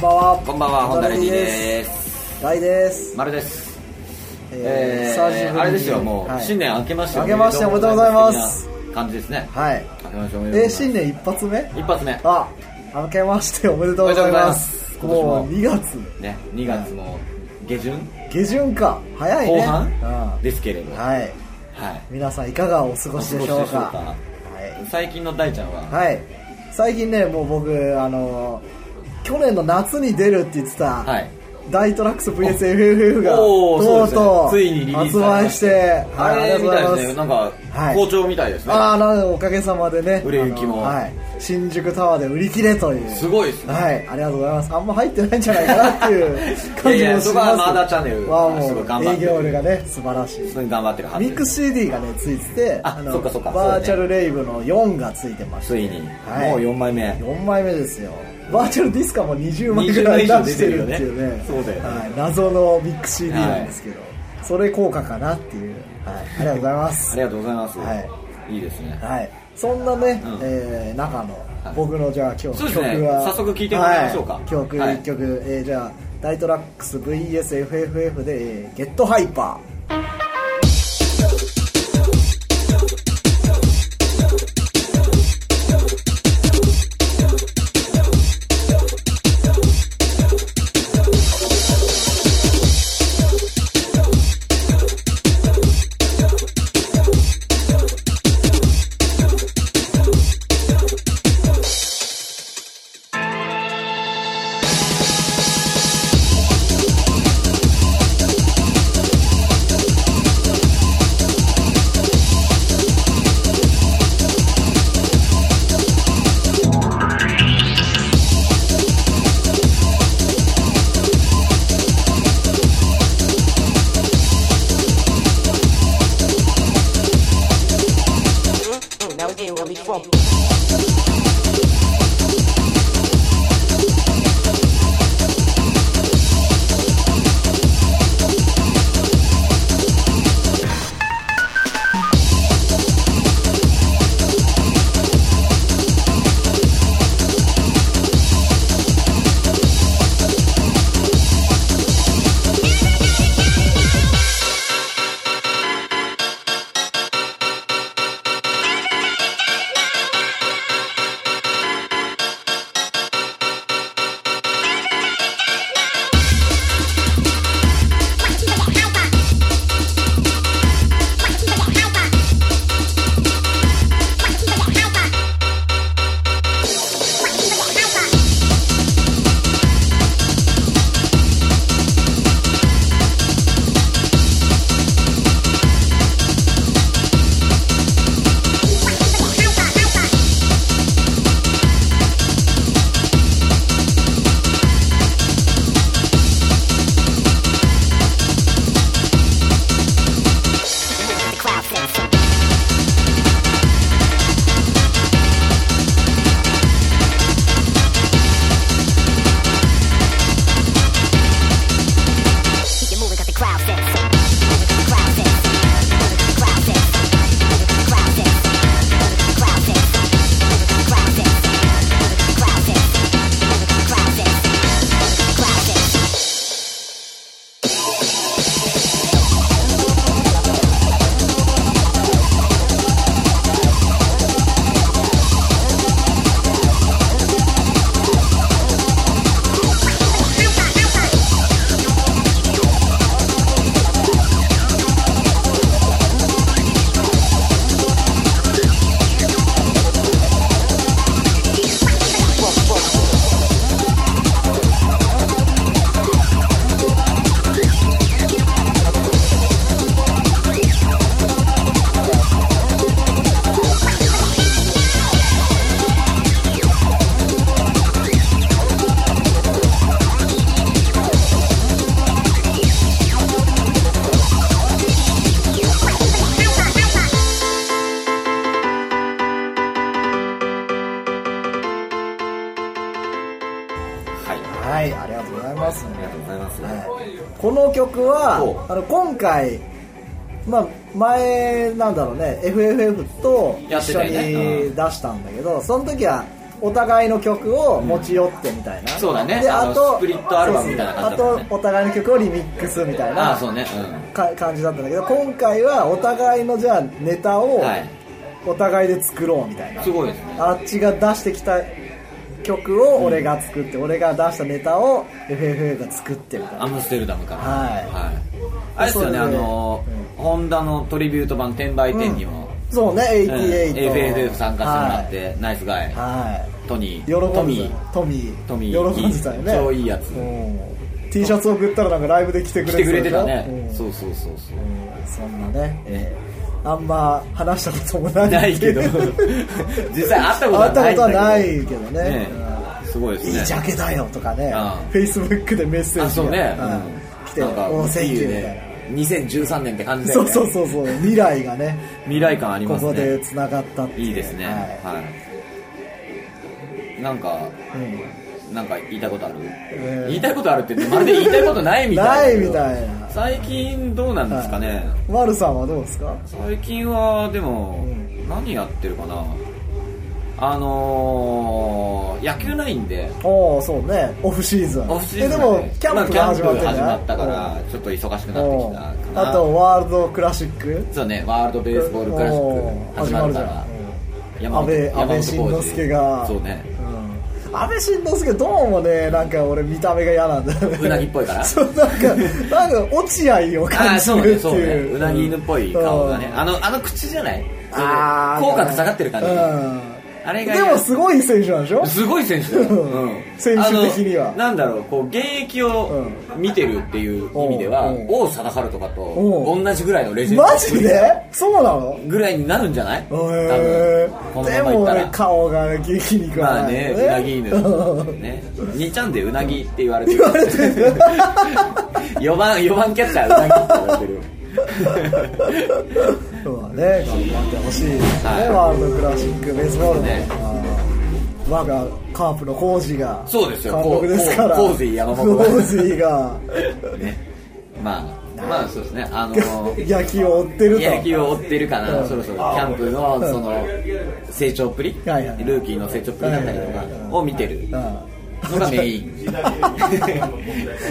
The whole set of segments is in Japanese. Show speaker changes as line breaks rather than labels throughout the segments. ばんは。
こんばんは、本田レディです。
大です。
丸です。
えー
え
久しぶり
ー、
に
あれですよ、もう
はい
新年明けまして。
明けましておめでとうございます。
的な感じですね。
はい。
明けましておめ
え
でとうござい
ー、
ます。
新年一発目
一発目。
あ、明けましておめでとうございます。
おめでとうござ
も
います
う2月、
ね、2月の下旬
下旬か。早いね。
後
うん
半ですけれど。はい。
はい。皆さんいかがお過ごしでしょうか。
お過ご
は
し最近の大ちゃん
い。
は、
はい。最近ね、もう僕、あのー、去年の夏に出るって言ってた、
はい。
大トラックス VSFFF が
おー
とうと
そうですねついにリリ
う
ー
発
スされま
売
し
してて、
あれみたいですね、なんか
はい
好調みたいですね。
ああなんかおかげさまでね
売れ行きも
あのはい、新宿タワーで売り切れという
すごいですね
はいありがとうございますあんま入ってないんじゃないかなっていう 感
い
じ
やい
も
や
し
そこ
ま
は
す
まだチャンネル
わあ
す
も
ごい頑張
う
っ
営
て
業力がね素晴らしい
普通に頑張ってるはず
ミック
で
ス
す。
CD がねついてて
あそっかそっか
バーチャルレイブの4がついてまし
ついに、
はい
もう4枚目。
た4枚目ですよバーチャルディスカも20枚ぐらい出してるっていうね
20枚以上出てるよねそうだよね
はい、謎のミックス CD なんですけど、それ効果かなっていう、はい、ありがとうございま
あ
す
りがとうございます。、
はい
いですね。
はい、そんなね、
うん
えー中の、
はい
僕のじゃあ今日
そ
の
うです
曲
ね
は、
早速聴いてもらいましょうか
はい曲
はい
一曲、えーじゃあ大トラックス VSFFF で、えー、ゲットハイパ
Mm, now we getting where we from. The crowd says so.
ー
はい。
はいありがとうございます、
ありがとうございます。
はい、この曲は
お
あの今回まあ前なんだろうね FFF と
やって
一緒
たよ
に
ね
出したんだけどその時はお互いの曲を持ち寄ってみたいな、
そうだね
で
あの
あと
スプリットアルバムみたいな感じだ
そ
っ
うそう
たね
あとお互いの曲をリミックスみたい
ああ
な
そうね
か感じだったんだけど今回はお互いのじゃあネタ
うん
を
はい
お互いで作ろうみたいな、
すごいですね
あっちが出してきた曲を俺が作って、俺が出したネタを FFA が作ってみたい
ア
な
ムステルダムから
はい
あれですよね
そ
あ
れで
の
う
ホンダのトリビュート版転売店にも
そうね
うん
88、
FFF 参加してもらってナイスガイ
はい、はい
トニー
喜んでた
トミー
トミー
トミー
喜んでたよね
いい超いいやつ
うん T シャツ送ったらなんかライブで来てくれ
来てくれてた
う
ね
ん
そうそうそうそう
うんそんなね、
え
あんま話したこともない
ないけど 実際会ったことはな
会
い
ったことはない
んだ
けどね
ねすごいです
い
ね
いジャケだよとかね
うん、
フェイスブックでメッセー
あ
ジが
そうね
うん来て、
な
お
んか
ー、センキューみたいな。
ね2013年って感じだ
そ
よ
う
ね
そうそうそう、未来がね、
未来感あり
こ
ます
こで
ね
繋がったっていう。
いいですね
は
はいなんか
いうん
なんか言いたいことある、
えー
言いたいことあるって言ってまるで言いたいことないみたい
ないみたいな
最近どうなんですかね、
マルさんはどうですか
最近はでも、
うん
何やってるかなあのー、野球ないんで
おおそうね、オフシーズン。
オフシ
え、
ーズン
で
で
も、キャンプが
まあ
始まってるん
キャン
じゃな
プ
い
始まったからちょっと忙しくなってきたか
うん
な
あと、ワールドクラシック
そうねワールドベースボールクラシック始まるから
安倍安倍晋之助が
そうね
うん安倍晋之助どうもねなんか俺見た目が嫌なんだよね
うなぎっぽいか ら
そうなんかなんか落合を
あ
感
あ
じ
そう
る
ね
って
そうね
いう
うなぎ犬っぽい顔がね
うん
あのあの口じゃない
あー
口角下がってる感じ
うん
あれが
でもすごい選手なんでしょ
すごい選手だよ、
うん選手的には
あのなんだろうこう現役を見てるっていう意味では、
うん
王貞治とかと
う
同じぐらいのレジェンド
マジでそうなの
ぐらいになるんじゃない多
へ
分この
ーで
ままい
も
った
俺
ら
顔がね激肉は
まあね、うなぎ犬。ね。2ちゃんでうなぎって言われてる。4番、4番キャッチャーうなぎって言われてるよ。
そうだね、頑張ってほしいですね、
はい
ワールドクラシック、ベースボールも
ね
あー我がカープのコージが
そうですよ
監督ですから、
コーコージ山本が
コージが
ね。まあ、まあそうですね。あのー、
野球を追ってると、
野球を追ってるか
う
な、
ん
そろそろキャンプのその成長っぷり、ル
はいはい
ーキーの成長っぷりだったりとかを見てる
う
の
ん
がメイ ン。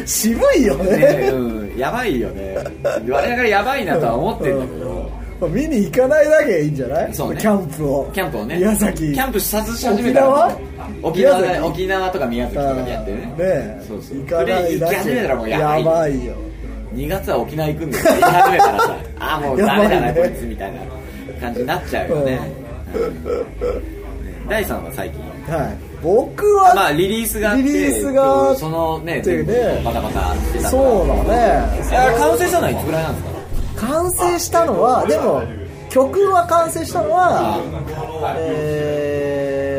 渋いよね
ね、うん、やばいよね。我々がやばいなとは思ってるんだけど。
うん見に行かないだけいいんじゃない
そうね
キャンプを
キャンプをね
宮崎
キャンプ視察し始めたらね
沖
沖
縄
縄だね
宮崎
沖縄とか宮崎とかでやってるね
あーね
そうそう
行かない
それ行
だ
き
け
始めたらもうやばい
やばいよ
2月は沖縄行くんですよ言い始め たらさああもうダメだな、
やばいね
こいつみたいな感じになっちゃうよね、うん大さんは最近
はい僕は
まあリリースがあって
リリースがあって
その
っ
ね
て
全
ね
部バタバタしてたから
そうだね
いや完成したのはいつぐらいなんですか
完成したのはでも曲は完成したのはえ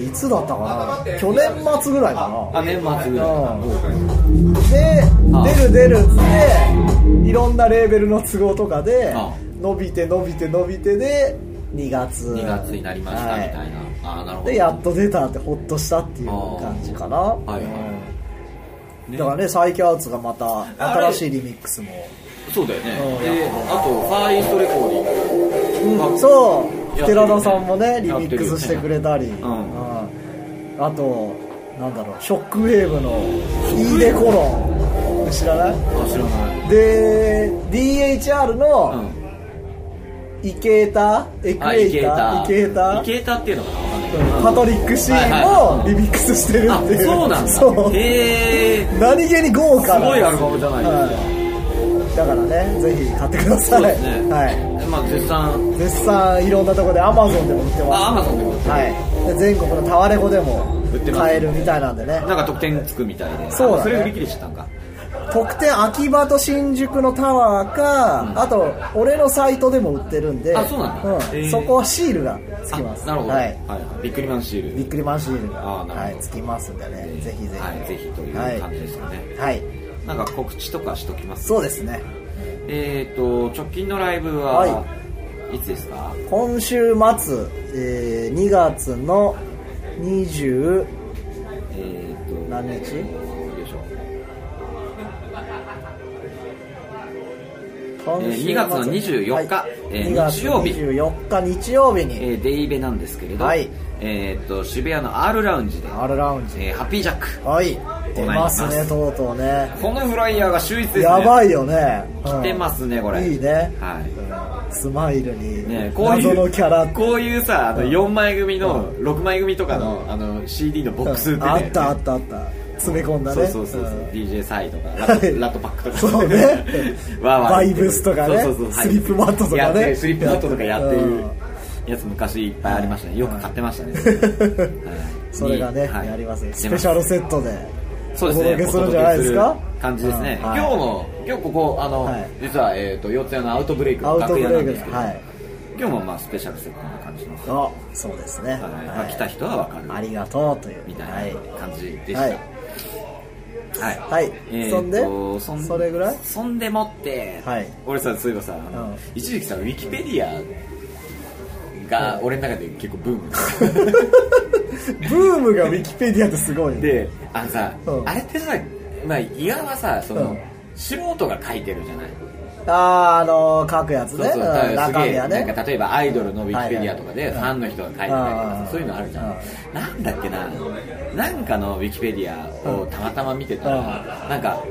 ーいつだったかな去年末ぐらいか
あ年末ぐらい
なうんで出る出るっつっていろんなレーベルの都合とかで
あ
伸びて伸びて伸びてで2月
2月になりましたみたいな、
は
ああなるほど
でやっと出たってほっとしたっていう感じかな、
ーはいはい
うんだからねサイキャーツがまた新しいリミックスも
そうだよね
うん
であとファーイーストレコーディング、あ
そう、
やってる
寺
よね
田さんもねリミックスしてくれたり、
るよね
うんあとなんだろうショックウェーブのいいデコロン知らない
あ知らない
で DHR のイケーターエク
あ
エ
イ
イ
ケー
タ
タ
イケータ
イケータっていうのかなわかんないけど
うんパトリック・シ
はい
ーン
は
も
い
リミックスしてるっていう
あそうなんだ
そう
へえ
何気に豪華
す
な
ごいアルバムじゃないですか、
はいだからねぜひ買ってくだ
そ
さ
う
い、
ですね、
はい
まあ絶賛
絶賛いろんなところで Amazon でも売ってます
あアマゾンでも売ってる
はい、で全国のタワレコでも
売ってます
買えるみたいなんでね
なんか特典つくみたいで
そうだね
あそれ売り切れちゃったんか
特典秋葉と新宿のタワーか、あと俺のサイトでも売ってるんで
あそうなんだへー
そこはシールがつきます
あなるほど、
は
はいい、はい、ビックリマンシール
びっくりマンシールが
あーなるほ
は
ど
い、つきますんでねぜひぜひ
はい、ぜひという感じですよね、
はい、はい、
なんか告知とかしときます
そうですね
えっ、と直近のライブは、、
はい
つですか
今週末、えー、2月の20
えっ、と
何日
よいしょ
今週末
2月の24日
はい
えー
2月
日曜日
24日日曜日に、
えーデイベなんですけれど、
はい
えーっと渋谷の R ラウンジで、
R ラウンジ、
えーハッピージャック
はい出ます
行いま
ね
す
とうとうね
このフライヤーが秀逸ですね
やばいよね
来てますねこれ
いいね、
はい
うんスマイルに、
ね、こういう
謎のキャラ
こういうさあ
う
の
ん
4枚組の6枚組とかの,、あの CD のボックス売ってね
あったあったあった詰め込んだね
そうそうそうそう、
ん
DJ サイとかラ
はい
ットパックとか
そうね
わーわー
バイブスとかね
そうそうそう
スリップマットとかね
やってるスリップマットとかやって
う
る
ん
やつ昔いっぱいありましたねよく買ってましたね、はい
それがね、
はい
やりますねス
出
ペシャルセットで
そうですね
お届けするんじゃないです
お
か
届ける感じですね、
うんはい
今日の今日ここあの、
はい
実は、えー、と四谷のアウトブレイク
ア
の
ウト
楽
ブレ
屋なん
イク
で
です
けど、
はい
今日もまあスペシャルセットな感じの
あそうですね、
はい
はい
来た人はわかる
ありがとうという
み
は
たい
い
な感じでした
は
はいい、
はい
えー
そんで
とそ
それぐらい
そんでもって、
はい
俺さそういえばさ、あの
うん
一時期さウィキペディアが俺の中で結構ブーム
ブームがウィキペディアってす ごいね
であのさ、
うん
あれってさまあいわばさその、
うん
素人が書いてるじゃない
あーあのー、書くやつね
そうそうだ
ん
からす
中
げ
身
え
はね
なんか例えばアイドルのウィキペディアとか
はい
で
は
フ
い
ァンの人が書いてたりと
うん
かそういうのあるじゃんなんだっけななんかのウィキペディアをたまたま見てたらなんか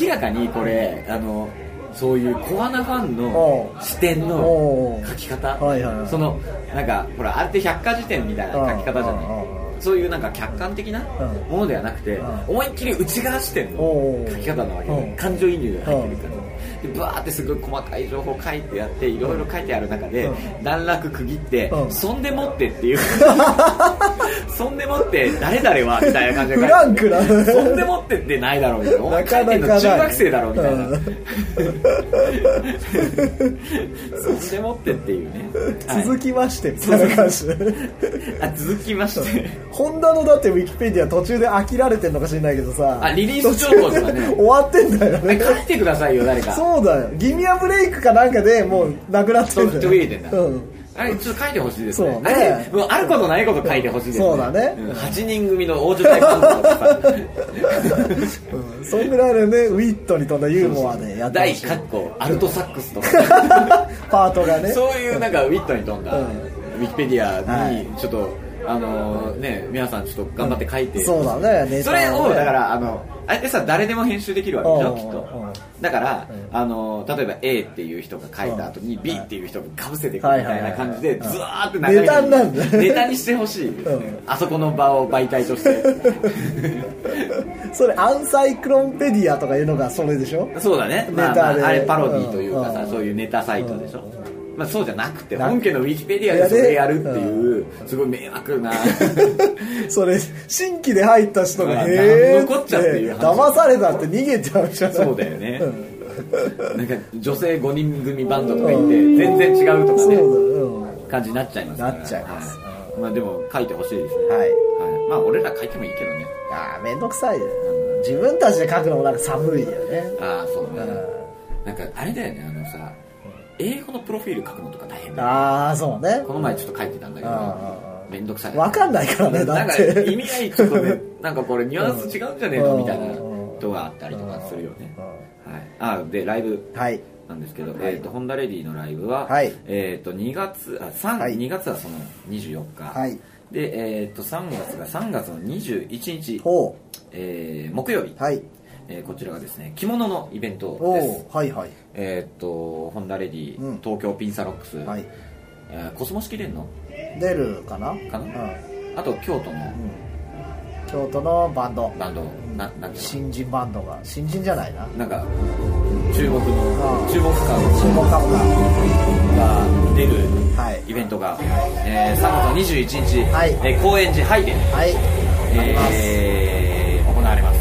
明らかにこれあのそういうコアなファンの
うん
視点
お
の
う
書き方
はいはいはい
そのなんかほらあれって百科事典みたいな書き方じゃない
うんうんうん
そういうなんか客観的な
うん
ものではなくて
うん
思いっきり内側視点
おうお
の
う
書き方なわけ
うん
で感情移入が入ってるから
うん
でバーってすごい細かい情報書いてやっていろいろ書いてある中で
う
段落区切って
うん
そんでもってっ ていうそんでもって誰々はみたいな感じで書いて
フランクだね
そんでもってってないだろうみたいなお前
な
書
か
いて
なん
の
かない
中学生だろうみたいな
う
そんでもってっていうねはい
続きましてみたいな感じ
あ続きまして
ホンダのだってウィキペディア途中で飽きられてんのか知んないけどさ
あリリース情報とかね
途中で終わってんだよね
書いてくださいよ誰か
そうだよギミアブレイクかなんかでもうなくなって
そ
ん
う
だよ
途切れてんだ、
うん
あれちょっと書いてほしいです
そ
ね
う
あ
ね
れ もうあることないこと書いてほしいですね
そうだね
ん8人組の王女大ファ ンとか
うんそんぐらいのねウィットにとんだユーモアでやって
大
ほしい
かっこアルトサックスとか
パートがね
そういうなんかウィットに富んだ、
うん
ウィキペディア
はい
にちょっと、あのーね皆さんちょっと頑張って書いて、
そうだねネタ
それ
を
を
ね
だからあのあれってさ誰でも編集できるわけでし
う
ょ
ん
きっ
うん
とだから、
うん
あのー例えば A っていう人が書いた後に
うん
B っていう人がかぶせてくるみたいな感じで
はいはいはい
ずわーって
ネタになるんだね
ネタにしてほしいですね、
うん
あそこの場を媒体として
それアンサイクロンペディアとかいうのがそれで しょ
そうだね、まあ、
ネタ
ま
で
あ、あれパロディというかさ、
うん
そういうネタサイトでしょ、まあ、そうじゃなくて
な
本家のウィキペディアでそれやるっていうすごい迷惑 な
それ新規で入った人が
まあ
へえ
何のこっちゃっていう話
騙されたって逃げちゃうじゃん
そうだよね
うん
なんか女性5人組バンドとか言って全然違うとか
そうだ
ね
よ、うん
感じになっちゃいますから
なっちゃいます
はいまあでも書いてほしいですね
はい
はいまあ俺ら書いてもいいけどね
あーめんどくさいね自分たちで書くのもなんか寒いよね
ああそうね
う
なんかあれだよねあのさ英語のプロフィール書くのとか大変だよね
ああそうね
この前ちょっと書いてたんだけ
うんうん
ど
うん
めんどくさい
わかんないからねだ
なん
っ
か
て
意味合いちょっとねなんかこれニュアンス違うんじゃねえ
う
の
ん
みたいな
うん
とがあったりとかするよね
う
はいあでライブ
はい
なんですけど、えっ、と、ホンダレディのライブは、
はい
えっ、と、2月、あ、三
はい
2月はその24日。
はい
で、えっ、と、3月が3月の21日、
ほ
えー木曜日、
うはい
えーこちらがですね、着物のイベント
お
です。
おはいはい
えっ、と、ホンダレディ、
うん
東京ピンサロックス、
はい
えーコスモ式連の
出るかな
かな
うん
あと、京都の
京都のバンド
バンド、ななんていう
新人バンドが新人じゃないな
のなんか、注目の
あ、ー
注目感
注目株が
が出る
はい
イベントが、えー3月の21日、
はい
えー高円寺ハイで、
はいあります
えー行われます、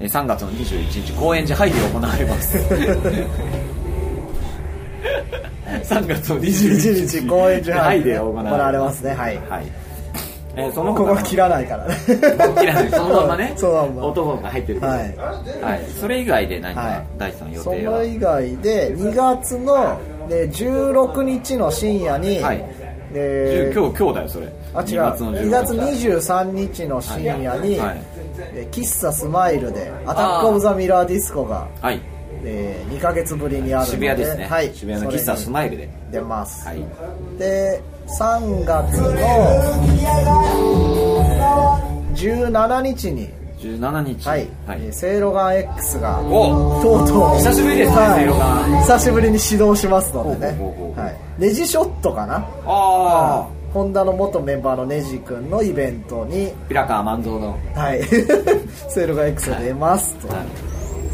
えー3月の21日高円寺ハイで行われます 3月の21
21
日
日公演中
ハイで行われます
行われますねはい
はいえーその
こ
他
こ
の
は切らないからね
切らないそのまんまね
そのまんま
男が入ってるから
はい
はい、それ以外で何
は
か
い
第3予
そ
定
の
は
以外で2月ので16日の深夜に、
はい
えー
今日今日だよそれ
あ違う
2月の
2
15
月23日の深夜に、
はいはい
えー喫茶スマイルで「アタック・オブ・ザ・ミラー・ディスコが」
はい
え2ヶ月ぶりにあるので
渋谷ですね、
はい、
渋谷の喫茶スマイルで
ル出ます、
はい
で3月の17日に
17日
はい、
はい
えーセイロガン X が
お
とうとう
久しぶりですね
はい
セイロガン
久しぶりに始動しますのでね
ほうほうほうほう
はいネジショットかな
あ
ホンダの元メンバーのネジ君のイベントに
あ平川万蔵の
はい セールが X が出ますと、
はい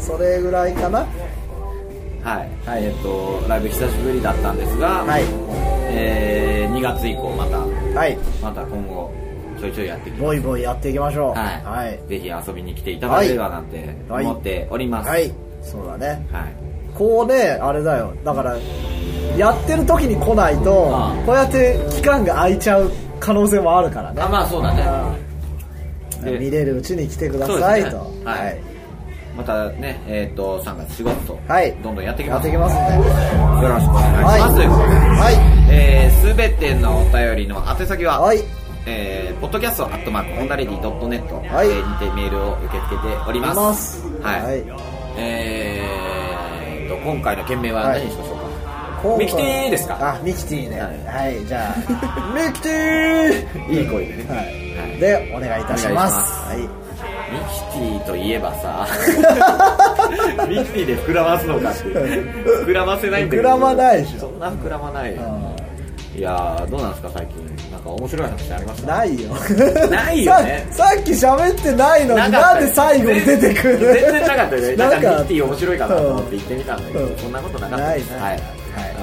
それぐらいかな
はい、はい、えっとライブ久しぶりだったんですが、
はい
えー、2月以降また
はい
また今後ちょいちょいやっていきま
ボ
す
イボイやっていきましょう
は
は
い、
い、
ぜひ遊びに来ていただければなんて
はい
思っております
はい、そうだね
はい
こうねあれだよだからやってる時に来ないと
ああ
こうやって期間が空いちゃう可能性もあるからね
あまあそうだね
うん
で
見れるうちに来てくださいと、
そうですねはいまたねえっと3月4月と、
はい
どんどんやっていき
や
ま
っ
す
ていきますんで
よろしくお願いし
はい
ます、ということで
は
えー、すべてのお便りの宛先は、
はい
えー、ポッドキャストアットマークホンダレディドットネットにて
はい
メールを受け付けております。
ます
はい。
は
えーと、今回の件名は
はい
何にしましょうか、
今回
ミキティですか
あミキティね
は
はいい、じゃあミキティ
い、い声でね。
はい
はい
でお願いいたします
お願いし
は
ミキティといえば さミキティで膨らますのかっていう膨らませないんだけど
膨らまないでしょ
そんな膨らまないよいやーどうなんですか最近なんか面白い話ありまし
い
た
ないよ
ないよね
ささっき喋ってないのに
かった
なんで最後に出てくる
全然なかったよねなんかミキティ面白いかなと思って
うん
行ってみたんだけど、
うん
そんなことなかったです
ない
は
ないいはい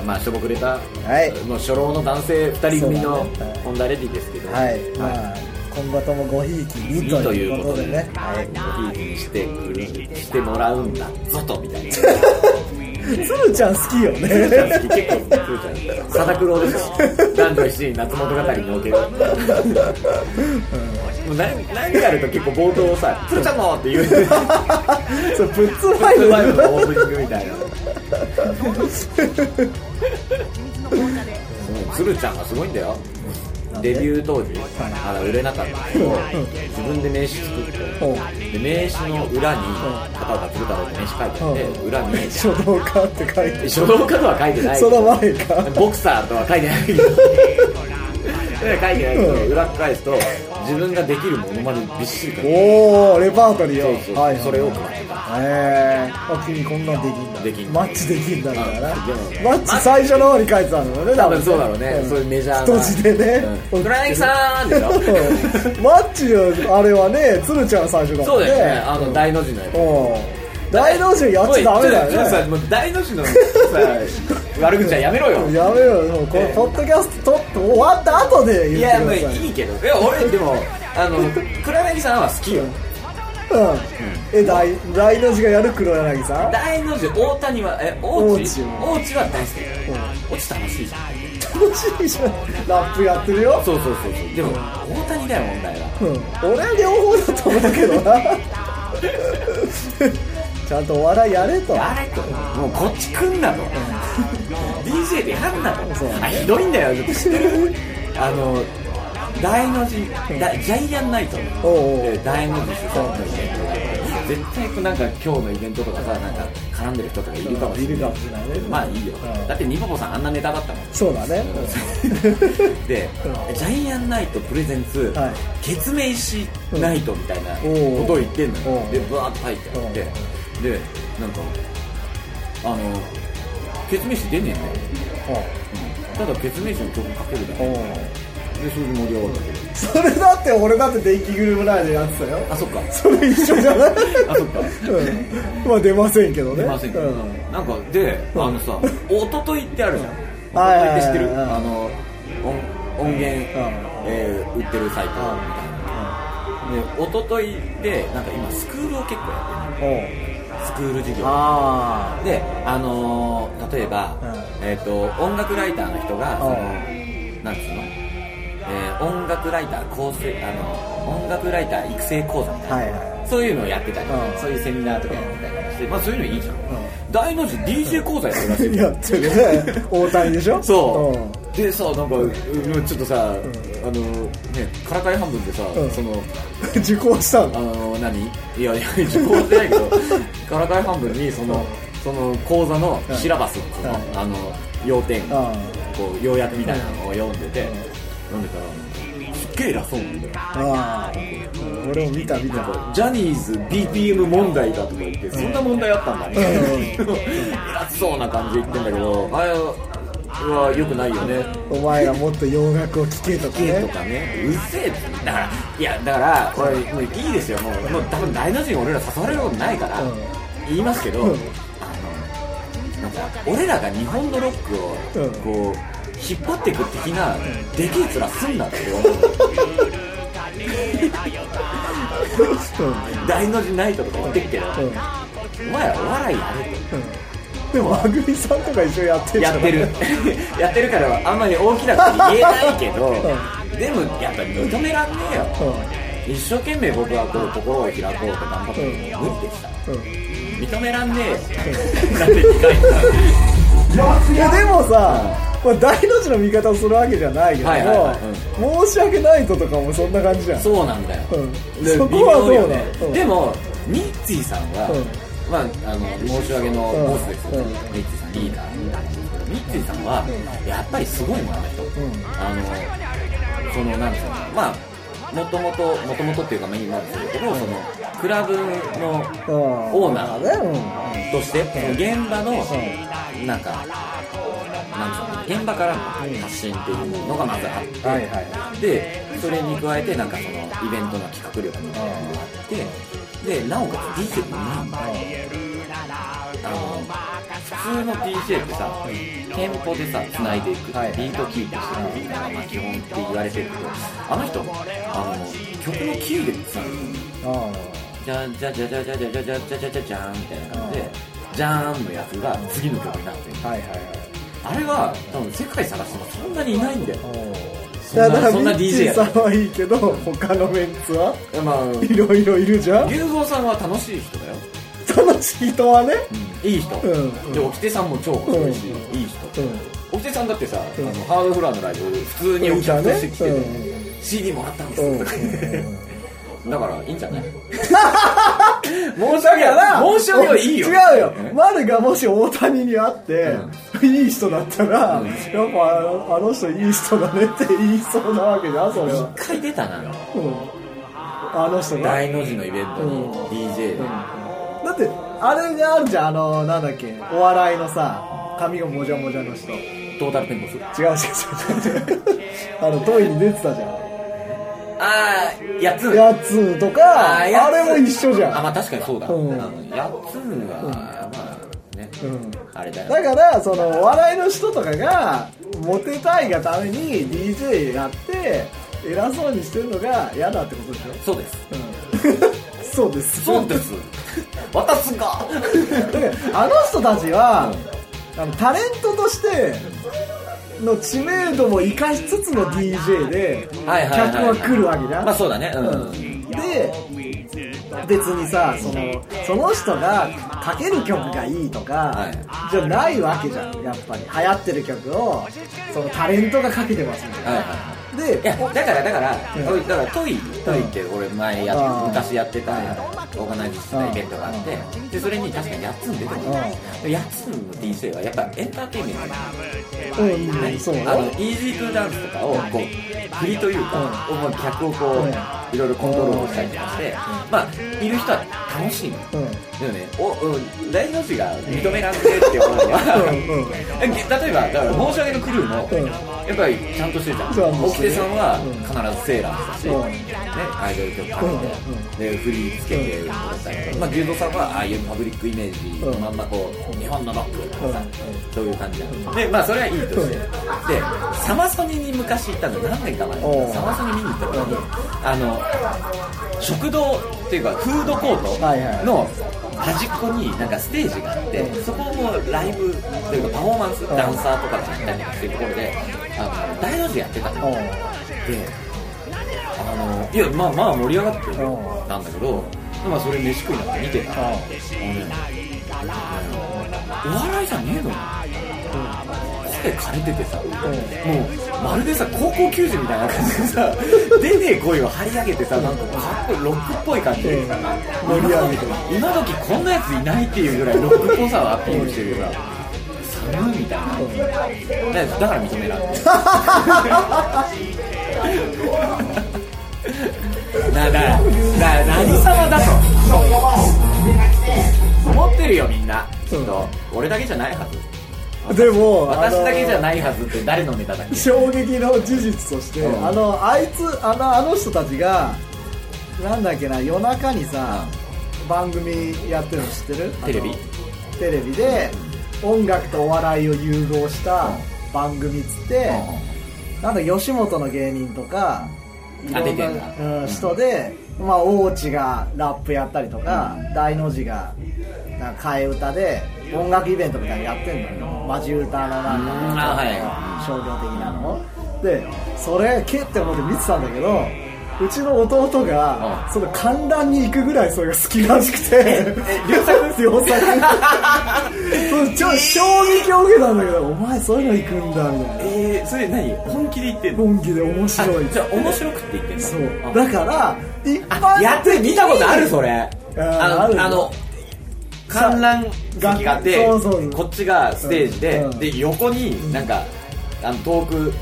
あまあしょぼくれた、
はい
もう初老の男性2人組の
そうだねはい
ホンダレディですけど
はい、まあ、今後ともごひいきにということでね。は
はいいい日にしてくれしてもらうんだぞとみたいな
い。つるちゃん好きよね。
結構サダクロですよ男女七人夏物語におけるもう何何やると結構冒頭さ「鶴ちゃんの!」って言うプ
そう、プッツンフ
ライ
ァイ
ブ
ブ。
のオープニングみたいなもう鶴ちゃんがすごいんだよデビュー当時まだ売れなかったけど自分で名刺作
うん
ってで名刺の裏に片岡鶴太郎の名刺書いてあって裏に
書道家って書いてる。
書道家とは書いてないけ
そ
ど
の前か。
ボクサーとは書いてないけど書いてないけど
うん
裏返すと自分ができるものまでびっしり書いて
おー、レパートリー
そ
を
うそう、
はいはい。
それを
えー、あ君こんなんできんだ
できん
マッチできんだからな
でも
マッチ最初の方に書いてたんだろうね
多分そうだろうね、そういうメジャーな
人字でね
うん黒柳さんでしょ
うんマッチのあれはねつるちゃん最初だ
そ
も
うんだ
ね
よねあの大の字のやつ
うん大道中やっちゃダメだ
ちょっと
よ
さ
ね
もう大の字のさ悪口はやめろよ
やめろよもうこのポッドキャスト撮って終わった後で
い
言
や
っ
もう
てください
いいけどいや俺でもあ の黒柳さんは好きよ
うんえ大大の字がやる黒柳さん
大の字大谷はえ大
大
内大内は大好き落ち楽しいじゃん
楽しいじゃんラップやってるよ
そうそうそうそうでも大谷だよ問題は
うん俺は両方だと思うけどなちゃんとお笑いやれと
あれともうこっち来んなと DJ でやんなと
そう
あひどいんだよちょっと知ってるあの大の字だジャイアンナイト
おうおう
で大の字主催のイベントがあって絶対こうなんか今日のイベントとかさなんか絡んでる人とかいるかもしれない
いるかもしれないね
まあいいよ
うん
だってニコポさんあんなネタだったもん
そうだね、
で、
う
ジャイアンナイトプレゼンツ、
はい
決命しナイトみたいなこ
うんおう
とを言ってんのよ
おう
でバーッと入ってあってでなんかあの決命し出ねえんだよただ決命しの曲かけるだけ
うんお
で
う
それで盛り上がるだけで
それだって俺だって電気グループライでやってたよ
あそっか
それ一緒じゃない
あそっか
うんまあ出ませんけどね
出ませんけど、
うん
なんかであのさ一昨日ってあるじゃん
はいはいはいはい
一昨日って知ってるあの音音源、えー売ってるサイトみたいなで一昨日でなんか今スクールを結構やって
おう
るスクール授業
あ
であのー例えば、
うん
えっと音楽ライターの人がその
うん
なんつうの、えー音楽ライター構成あの音楽ライター育成講座みたいな、
はいは
そういうのをやってたり、
うん
そういうセミナーとかやってたりして、まあ、そういうのいいじゃん、
ん
大の字 DJ 講座やってるらしい
いやってるね大谷でしょ
そう、でさなんかうんちょっとさ、あのねからかい半分でさ、
うん
その
受講した
あ
の
の何いやいや受講してないけどからかい半分にそのその講座のシラバスっていうの、
はい
あの要点
あ
こう要約みたいなのを読んでて、読んでたらすっげえ偉そうなんだよ
ああ俺も見た見た
ジャニーズ BPM 問題だとか言って、そんな問題あったんだね。偉そうな感じで言ってんだけど、あれは良くないよね。
お前らもっと洋楽を聴けとか
ゲーと
ね
かね、うっせえってだから、いや、だから、これ、もういいですよ、もう、もう多分大の字に俺ら誘われることないから
うん、
言いますけど、あ
う
の
ん、
なんか、俺らが日本のロックを、こう、引っ張っていく的な、でけえ面すんなって思
う
う。
ん
大の字ナイトとか言ってるけど、
うん
お前らお笑いやれと。
うんでもまぐみさんとか一緒にやってんじゃん
やってる やってるからあんまり大きなこと言えないけど、でもやっぱり認めらんねえよ、一生懸命僕はこう心を開こうと頑張ってる無理でした
うんうん
認めらんねえよ、なんて言い
いやでもさ、まあ、大の字の味方をするわけじゃないけども、
はいはいは
申し訳ないととかもそんな感じじゃん
そうなんだよ、
うん
で
そこはどうなの
微妙よ
うん
でもニッツィさんは、
う
まあ、あの申し訳のボスですけど、
うん
ニッツィさんリーダーなんですけどニッツィさんは、やっぱりすごいもんあの人、あのそのなんですかねまあもともともともとっていうかまあ今ですけど、そのクラブの
うん
オーナー
ね
として、その現場の、
う
なんかなんですかね現場からの発信っていうのがまずあって、
うんはいは
でそれに加えてなんかそのイベントの企画力みたいなのがあってでなおかつ DJ もなんかあの普通の DJ ってさ、店舗でさ繋いでいく、
はい
ビートキープしていくみたいなのが基本って言われてるけどあの人あの曲のキーでさ
あ
じゃんじゃじゃじゃじゃじゃじゃじゃじゃじゃじゃじゃんみたいな感じでじゃーんのやつが次の曲になってる
あはいはいはい
あれは多分世界探してもそんなにいないんだよ
いやだから
そんな
ミッチ
DJ
ー
や
さんはいいけど他のメンツは
まあ
いろいろいるじゃん
牛蔵さんは楽しい人だよ、
楽しい人はね
いい人、
うん
で沖手さんも超面白いし、いい人、沖手さんだってさ、あのハードフラーのライブ普通にお客として来てて、
うん
CD もらったんで
う
す
ん
とか言って、だからいいんじゃない
申
し訳ない申し訳ないいいよ
違うよ
うん
丸がもし大谷に会って、いい人だったら、
うん
やっぱあのあの人いい人だねって言いそうなわけじゃんそれは、
一回出たな
うん、あの人が
大の字のイベント
う
に
ん
DJ で、
だってあれがあるじゃんあのなんだっけお笑いのさ髪がもじゃもじゃの人違う
トータルテンボス
違う違 う違うあのトイレに出てたじゃ
ああやつ
んやつとかあ
ーやつ
れも一緒じゃん
あまあ確かにそうだ、
うん
あのやつは、まあね、
ん
あれだよ
だからそのお笑いの人とかがモテたいがために DJ やって偉そうにしてるのが嫌だってことでしょ、
そうです
うん、そうです
そ うです私が
だからあの人たちは、あのタレントとしての知名度も生かしつつの DJ で客
はいはいはいはい
は来るわけじゃん、
まあそうだねうん、
で別にさそのその人がかける曲がいいとか、
はい
じゃないわけじゃんやっぱり流行ってる曲をそのタレントがかけてますみたい
はいはい
なで
いやだからだから、
うん
おいだからトイトイって俺前やっ
あー
昔やってたオーガナイズしてたイベントがあってでそれに確かにやつん出てたでやつんの DJ はやっぱエンターテインメント
うん、うん、そう
あのイージークーダンスとかをこう振りというか、思う客をこう、いろいろコントロールしたりとかして、まあいる人は楽しいの、
うん
でもねお、うん、大の字が認めらんねえって思うのは、
うんうん
例えばだから申し訳のクルーも、
うん
やっぱりちゃんとしてるじ
そ
ゃ
うも
ん
う
沖手さんは
うん
必ずセーラーだし、
うん
ね、アイドル曲かけて、で振り付けて踊ったりとか、まあ、牛丼さんはああいうパブリックイメージ、
うん
まんまこう日本のロックとかさ、
う
そういう感じなのでまあそれはいいとして、
うん
でサマソニに昔行ったの何年か前
おう
にサマソニ見に行った時にあの食堂っていうかフードコ
はいは
ー
い
トの端っこになんかステージがあって、そこもライブというかパフォーマンス、ダンサーとかがやったりとかっていうところであの大の字やってたの、
うん
であのいやまあまあ盛り上がって
うん
たんだけど、まあ、それ飯食いながら見てたら、
う
あのねお笑いじゃねえのよ、手枯れててさ、もうまるでさ高校球児みたいな感じでさ出ねえ声を張り上げてさなんかかっこいいロックっぽい感じで、
うん盛り上げて
今時こんなやついないっていうぐらいロックっぽさをアピールしてるから寒いみたいな、だからだから認められてなだだ何様だと思ってるよみんなきっと俺だけじゃないはず
でも
私だけじゃ
い
ないはずって誰のネタだっけ
衝撃の事実として、
うん
あのあいつあのあの人たちがなんだっけな夜中にさ番組やってるの知ってる
テレビ
あのテレビで音楽とお笑いを融合した番組っつって、なんだ吉本の芸人とかい
あ
ろ
出
ん
てんだ
な、うん、人で、まあ、大内がラップやったりとか、大の字がなんか替え歌で音楽イベントみたいなのやってんのよマジ歌のなんか
うんあは
商業的なのでそれけって思って見てたんだけどうちの弟が
うん
その観覧に行くぐらいそれが好きらしくて
両作
両作そう ちょ衝撃を受けたんだけどお前そういうの行くんだみたいな
えー、それ何本気で言ってんの
本気で面
あ
白い
じゃあ面白くって言ってんの
そう
あ
だから一般
あやって見たことあるそれ
うんあ
あ
る
のあの観覧席があって
そうそうそう
こっちがステージで、
うん
で横になんか、あの遠く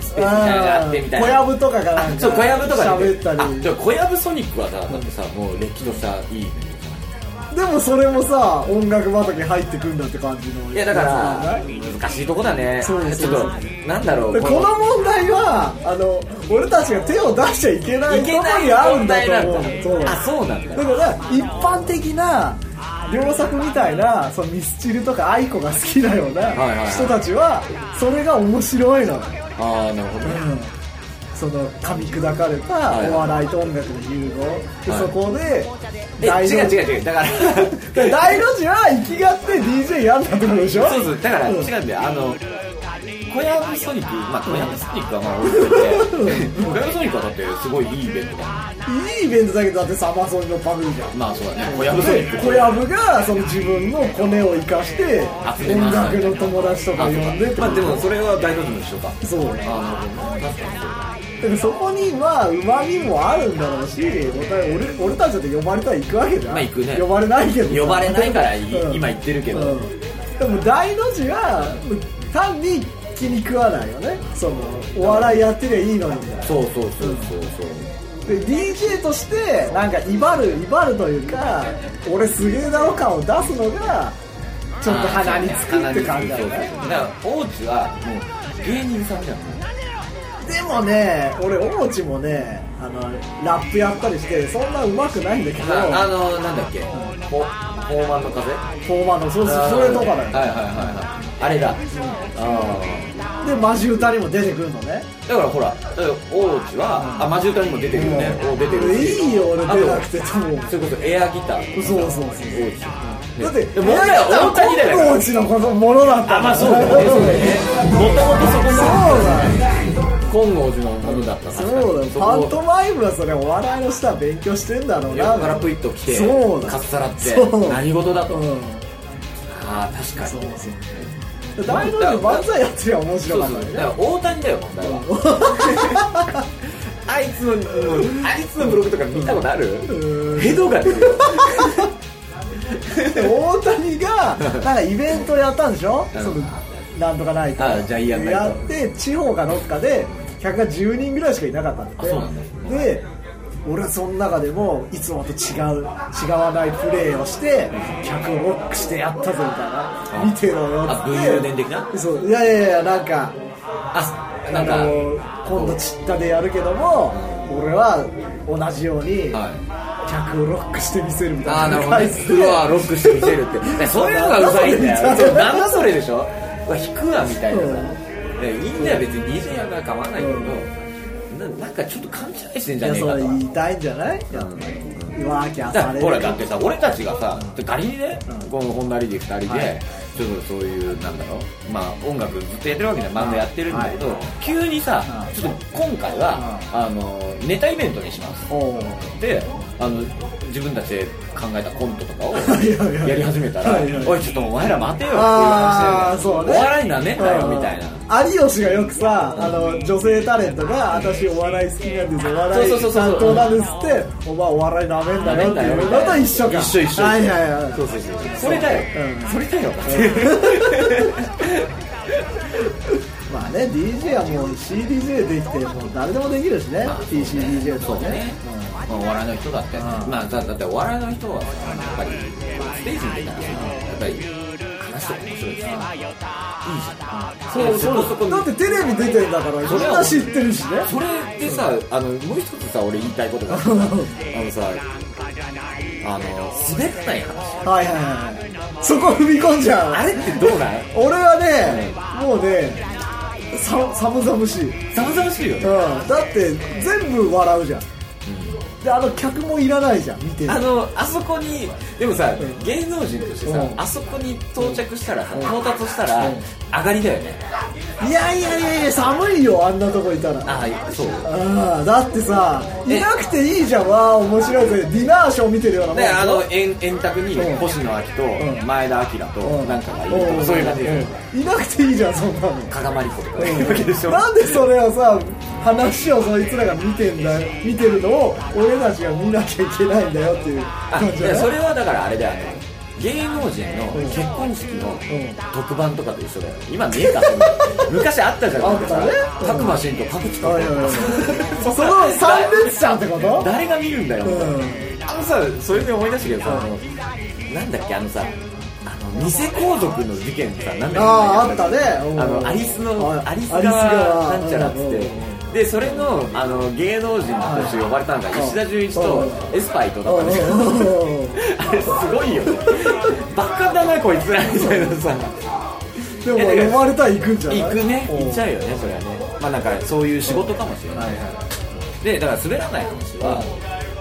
スペースみたいなのがあってみたいな
小籔とかがなんか
そう小籔とかで
喋った
あじゃあ
り
小籔ソニックはさだってさもうれっきとさいいね
でもそれもさ音楽畑入ってくんだって感じの
いやだか
つなん
ら
だ
難しいとこだね
そうそうそう
ちょっとなんだろう
でこの問題はあの俺たちが手を出しちゃいけない
い
こ
けな
と
い
に合うん
問題
だと
なん
思
だ
うそう
あそうなんだ
だから一般的な良作みたいなそのミスチルとかアイコが好きなようない
はいはい
人たちはそれが面白いのよ
ああなるほどね
その噛み砕かれ
いは
た
い
お笑いと音楽の融合で
はい
そこで
え
大の
違う違う違うだから
で大の字は生きがって DJ やんだってことでしょ
そうそうだから違
ん
うんだよあの小籔ソニックまあ小籔ソニックはまあ俺って小籔ソニックはだってすごいいいイベントだも
いいイベントだけどだってサマソニのパクリじゃん
んまあそうだね小籔ソニック
小籔がその自分のコネを生かして
集め
音
まし
楽
た
の友達とか呼んでってこと
まあでもそれは大道の一緒か
そう
ああなるほどね確かにそうだ
でもそこにまあうまみもあるんだろうし俺俺俺たちだって呼ばれたら行くわけじゃん、
まあ行くね
呼ばれないけどさ
呼ばれないからい
うん
今言ってるけど
うんでも大の字は単に気に食わないよねそのお笑いやってりゃいいのにみたいな
そうそうそうそうそう
で DJ としてなんか威張る威張るというか俺すげえだろ感を出すのがちょっと鼻につくって感じだよね
そうそうだから大内はもう芸人さんじゃん
でもね俺おもちもねあのラップやったりしてそんな上手くないんだけど
ああのなんだっけフォフォーマンの風
フォーマンのそうそうそれとか
はいはい
だよ
はいはいあれだ、ああ
でマジ歌にも出てくるのね
だからほらだから大内は、あマジ歌にも出てるよね、お出てるし
いいよ俺出なくて
あ
と思う
とそれこそエアギター
そうそうそう
大内
だって
でも俺ら大谷だよ
大内のこのものだった
あまあそうだよねそうだ よねもともとそこ
そう
の
だよ
金剛寺のものだった
そ
確かに
うだよ
そこ
パントマイムはそれお笑いの人は勉強してんだろうな
横からプイッと来て
そうだ
かっさらって
そう
何事だと、
うん
ああ確かに
そうそう大道で漫才やってりゃ面
そ
白
う
かっ
そうだ
た
か
よ
ら大谷だよ問題はあいつのもうあいつのブログとか見たことある
うん
ヘドが出 るよ
大谷 がなんかイベントやったんでしょ
うん
そのなんとかないと
あジャイアンナイト
やって地方かどっかで客が10人ぐらいしかいなかったんだって
あそうなん
で俺はその中でもいつもと違う違わないプレーをして客をロックしてやったぞみたいな見てろよっつっ
あ
て
武勇伝的な
そういやいやいやなんか
あ
あ
なんか
の今度ちったでやるけども俺は同じように
は
客をロックしてみせるみ
あ
た
あ
いな
なるほどねうわロックしてみせるって ねそういうのがうざいんだよなんだそれでしょうわ引くわみたいなさねいいんだよ別に DJ やから構わないけどななんかちょっと勘違いしてん
い
じゃ
や
ねえ
そ
か
れ
と
言いたいんじゃないやっぱりワーキャーされ
ほら
る
だってさ俺たちがさ仮にね、
うん
この本なりで2人で、
はい
ちょっとそういうなんだろうまあ音楽ずっとやってるわけじゃんバンドやってるんだけど、
はい
急にさ、
うん
ちょっと今回は、あのネタイベントにします
おう
であの自分たちで考えたコントと かを
いやいや
やり始めたら
はいはい
「おいちょっとお前ら待てよ」っていう
あ
話
ー
で
そうね
お笑いなめんなよ」みたいな。
な有吉がよくさあの女性タレントが私お笑い好きなんですお笑い
そうそうそうそう
担当なんですってお前お笑いなめんなよっていうのと一緒か
一緒一緒一緒
はいはいはい
そうそうそうそれだよ、
うん
それだよ、
まあね DJ はもう CDJ できてもう誰でもできるしね PCDJ と
そう
か
ね
ね、
まあ、お笑いの人だって、まあ、だだってお笑いの人はさやっぱりステージに出たらさやっぱり話とか面白いしさいいじゃん、そうそうそこ
うんだってテレビ出てんだからみんな知ってるしね
それでさ、あのもう一つさ俺言いたいことがあってさあ のさ
はいはいは
あの滑らない話
いはいそこ踏み込んじゃう
あれってどうなん
俺はね、もうねさ寒々しい、うん、
ざわざわしいよね
だって全部笑うじゃん、であの客もいらないじゃん見てる
あのあそこにでもさ
ん
芸能人としてさ、
うん
あそこに到着したらさ、
ん
到達したら、
うん
上がりだよね
いやいやいやいや寒いよあんなとこいたら
ああそう
ああだってさ
え
いなくていいじゃんわあ面白いぜディナーショー見てるようなもん
であ
う
の
ん
円円卓に
うん
星野亜紀
う
と
ん
前田亜紀となんかがいるとかそういう感じで
うんいなくていいじゃんそんなの
加賀まりことかいるわけでしょ
なんでそれをさ話をそいつらが見てんだよ見てるのを俺たちが見なきゃいけないんだよっていう
あ
感じ
い
だ
や
ね
それはだからあれだよね芸能人の結婚式の
ん
特番とかと一緒だよ今ねえかそんな昔あったじゃんなんか
あ
さ
ったね
パクマシンとパクチカ
はいはいはいそ
そ
の
こは
三列車ってこと
誰が見るんだよ、
うん
あのさそれで思い出したけどさ、あのなんだっけあのさあの偽皇族の事件さなんだっけ
あーあったねうん
あのアリス
はい
のアリス
ア
が
リス川
なんちゃらっつっ
うんうん
てでそれのあの芸能人として呼ばれたのが
い
石田純一
う
と
ん
エスパイとだ
う
ったんだけど
んうん
あれすごいよねバカだなこいつらみたいなさ
でも読まれたら行くんじゃない
行くね
うん
行っちゃうよねそれはねまあなんかそういう仕事かもしれない、でだから滑らない話は、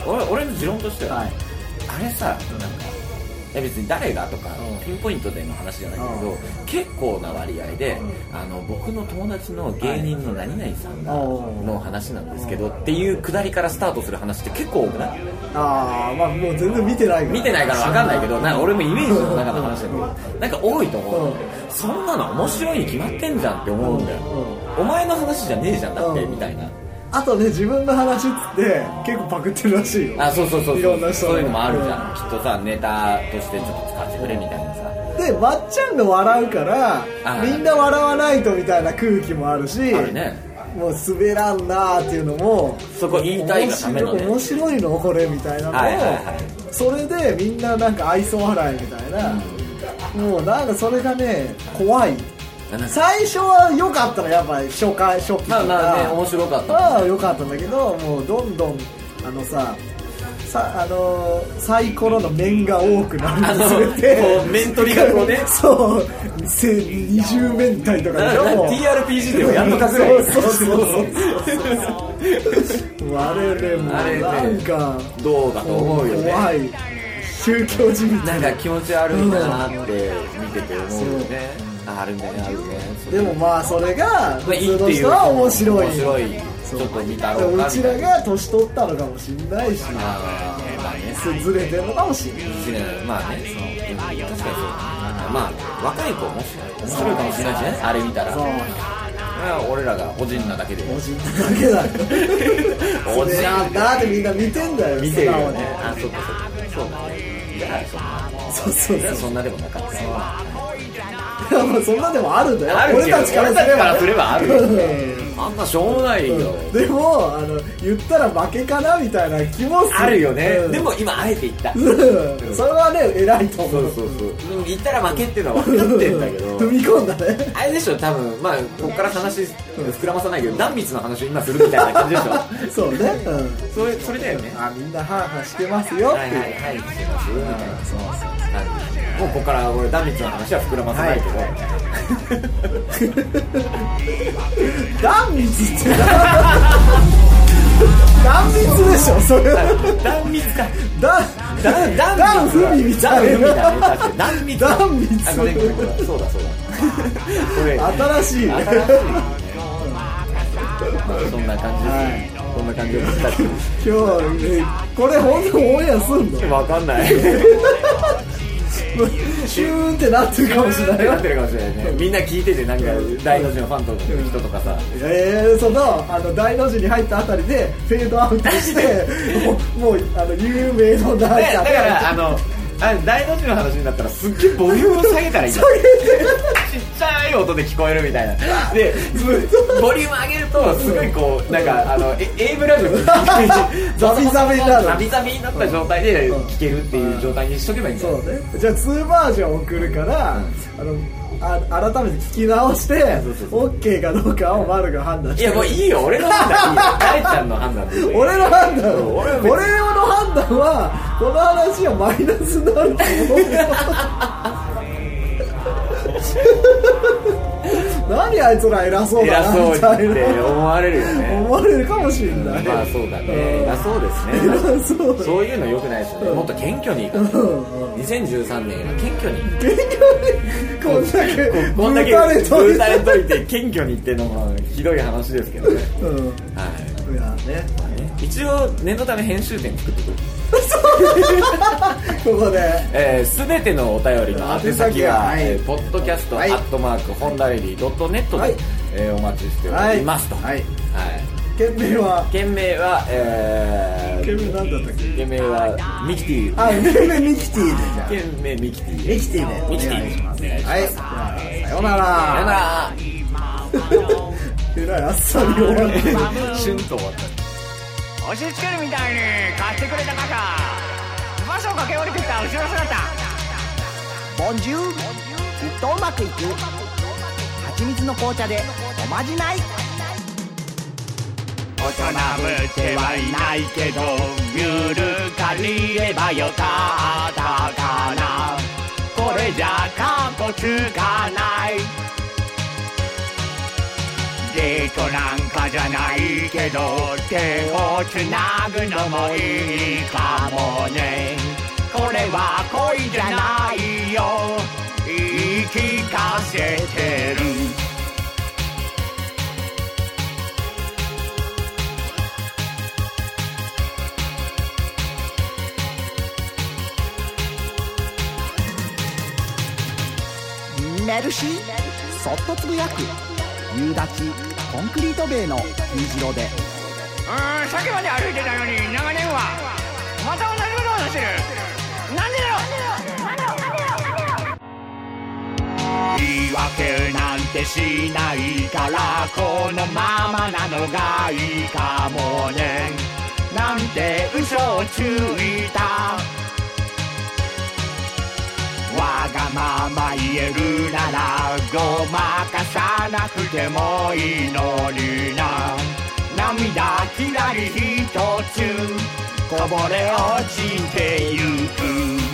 俺俺の持論としては、
はい
あれさなんかいや別に誰がとか、ピンポイントでの話じゃないけど、
うん
結構な割合で、あの僕の友達の芸人の何々さんが
うん
の話なんですけど、っていうくだりからスタートする話って結構多くない
ああまあもう全然見てないから
見てないから分かんないけどなんか俺もイメージの中の話だけどなんか多いと思う、
う
そんなの面白いに決まってんじゃんって思うんだよ、お前の話じゃねえじゃんだって、
うん
みたいな
あとね自分の話っつって結構パクってるらしいよ
あそうそうそう
いろんな人
そういうのもあるじゃん、きっとさネタとしてちょっと使ってくれみたいなさ
でまっちゃんが笑うから
あ
みんな笑わないとみたいな空気もあるし
あるね
もう滑らんなーっていうのも
そこ言いたいがためのね
面白い面白いのこれみたいなのを、
はいはいは
それでみんななんか愛想笑いみたいな、もうなんかそれがね怖い最初は良かったのやっぱり初回初期と
まあ
か、
まあね面白かった
まあ良かったんだけどもうどんどんあのささあのーサイコロの面が多くなるにつれ
あ
て
のこう面取りがこうね
そうせ20面体とかでしょ
なんか
もう
TRPG でもやっとかぐらい
そうそうそうそうもうあれねもう
あれね
なんか
どうだと思うよね
怖い宗教じみた
ないん
な
か気持ち悪いなって見てて思うよね、ああるねあるね
でもまあそれが
まあ
普
いい
通
って
の
いう
人は面白い
面白い
そ
ちょっと見たろうな
うちらが年取ったのかもしんないし
あーまあね
ずれてるのかもしんない
一年まあねそのうん確かにそうだなまあ若い子もし面白いかもしれないしねあれ見たら
そう
まあ俺らがおじんなだけで
おじんだけだ
おじん
んだってみんな見てんだよ
見て
素
るよ
顔
ね
ね
あそっかそっかそうだねだからそんな
そうそう
じゃあ
そ
そんなでもなかった
うまあそんなでもあるんだよ
あるけ
俺
ど
たちからすればね
俺たちからすればあるよあんなしょうもないよ
うんでもあの言ったら負けかなみたいな気もする
あるよね
うん
でも今あえて言った
うん それはね偉いと思
そう
う
そうそうでも言ったら負けっていうのは分かってんだけど
踏み込んだね
あれでしょ多分まあこっから話膨らまさないけど断蜜の話を今するみたいな感じでしょ
そうねうん
それそれだよね
あみんなハーハーしてますよ
は
っ
い
ていう
はいはいしてますみたいな
うんそうそう
はいもうここから俺ダミッツの話は膨らまさないけど、
断蜜って何断蜜でしょそれは
断蜜か
断
断断
断不備みたいな
断蜜だね
断蜜
確かに断蜜あごめんごめんごめんそうだそうだこれ
新しいね
新しいねまあそんな感じですね、
は
こんな感じで僕たち
今日、えこれ本当オンエアすんの
わかんない。
シューンってなってるかもしれ ない
な
よ
ってるかもしれないね。みんな聞いてて、なんか、大の字のファンとかの人とかさ、
えー、そのあの大の字に入ったあたりでフェードアウトしてもうもうあの有名のなんか
ねだからあのあ大の字の話になったらすっげえボリュームを下げたらいい んだちっちゃい音で聞こえるみた いなでずボリューム上げるとすごいこうなんかあのえ A ブラグ
ザビザビになる
ザビザビになった状態で聞けるっていう状態にしとけばいいんだ
そ
よ
うねじゃあ2バージョン送るから、あのあ改めて聞き直して
うそう
OK かどうかを丸が判断し
い
て
やもういいよ俺の判断いいよ大ちゃんの判断でいいよ
俺の判断
そう
俺
俺は
の
別に
判断はこの話はマイナスになると思うよ 何あいつら偉そう
偉
だ
そう
なみ
っ
たい
て
な
思われるよね
思われるかもしれない、
まあそうだ
う
ね
ん
偉そうですね
そう謙
そういうの良くないですよねもっと謙虚にいかないと2013年は謙虚
虚
に
にこんだけ
こんだけ
ぶたれといて
ぶたれといて謙虚に言ってるのもひどい話ですけど ね、
うん
はい
いやね
まあね一応念のため編集点作ってくる
ここで
えー、全てのお便りの
宛
宛先は、
先は
えー、ポッドキャスト、
はい
アットマークホンダレディドットネットで、
はい
えーお待ちしておりますと、
はい
はい
県名は
件名は、え
県名
ー、
なんだったっけ
件名はミキティ
あ県名ミキティでじゃあ
件名ミキティ
ミキティで
ミキティ
お願いします
お願いします
はいじゃあさようなら
さよなら
えらいあっさり終わって
シュンと終わった
押し付けるみたいに貸してくれた傘場所を駆け下りてきた後ろ姿
ボンジュールきっとうまくいく蜂蜜の紅茶でおまじない
大人ぶってはいないけどゆるかりればよかったかなこれじゃかっこつかないデートなんかじゃないけど手をつなぐのもいいかもねこれは恋じゃないよ言い聞かせてる
メルシーそっとつぶやく夕立コンクリート塀の虹色で
うーんさっきまで歩いてたのに長年はまた同じことを話してるなんでだろう言い訳なんてしないからこのままなのがいいかもねなんて嘘をついたわがまま言えるならごまかさなくてもいいのにな涙きらりひとつこぼれ落ちてゆく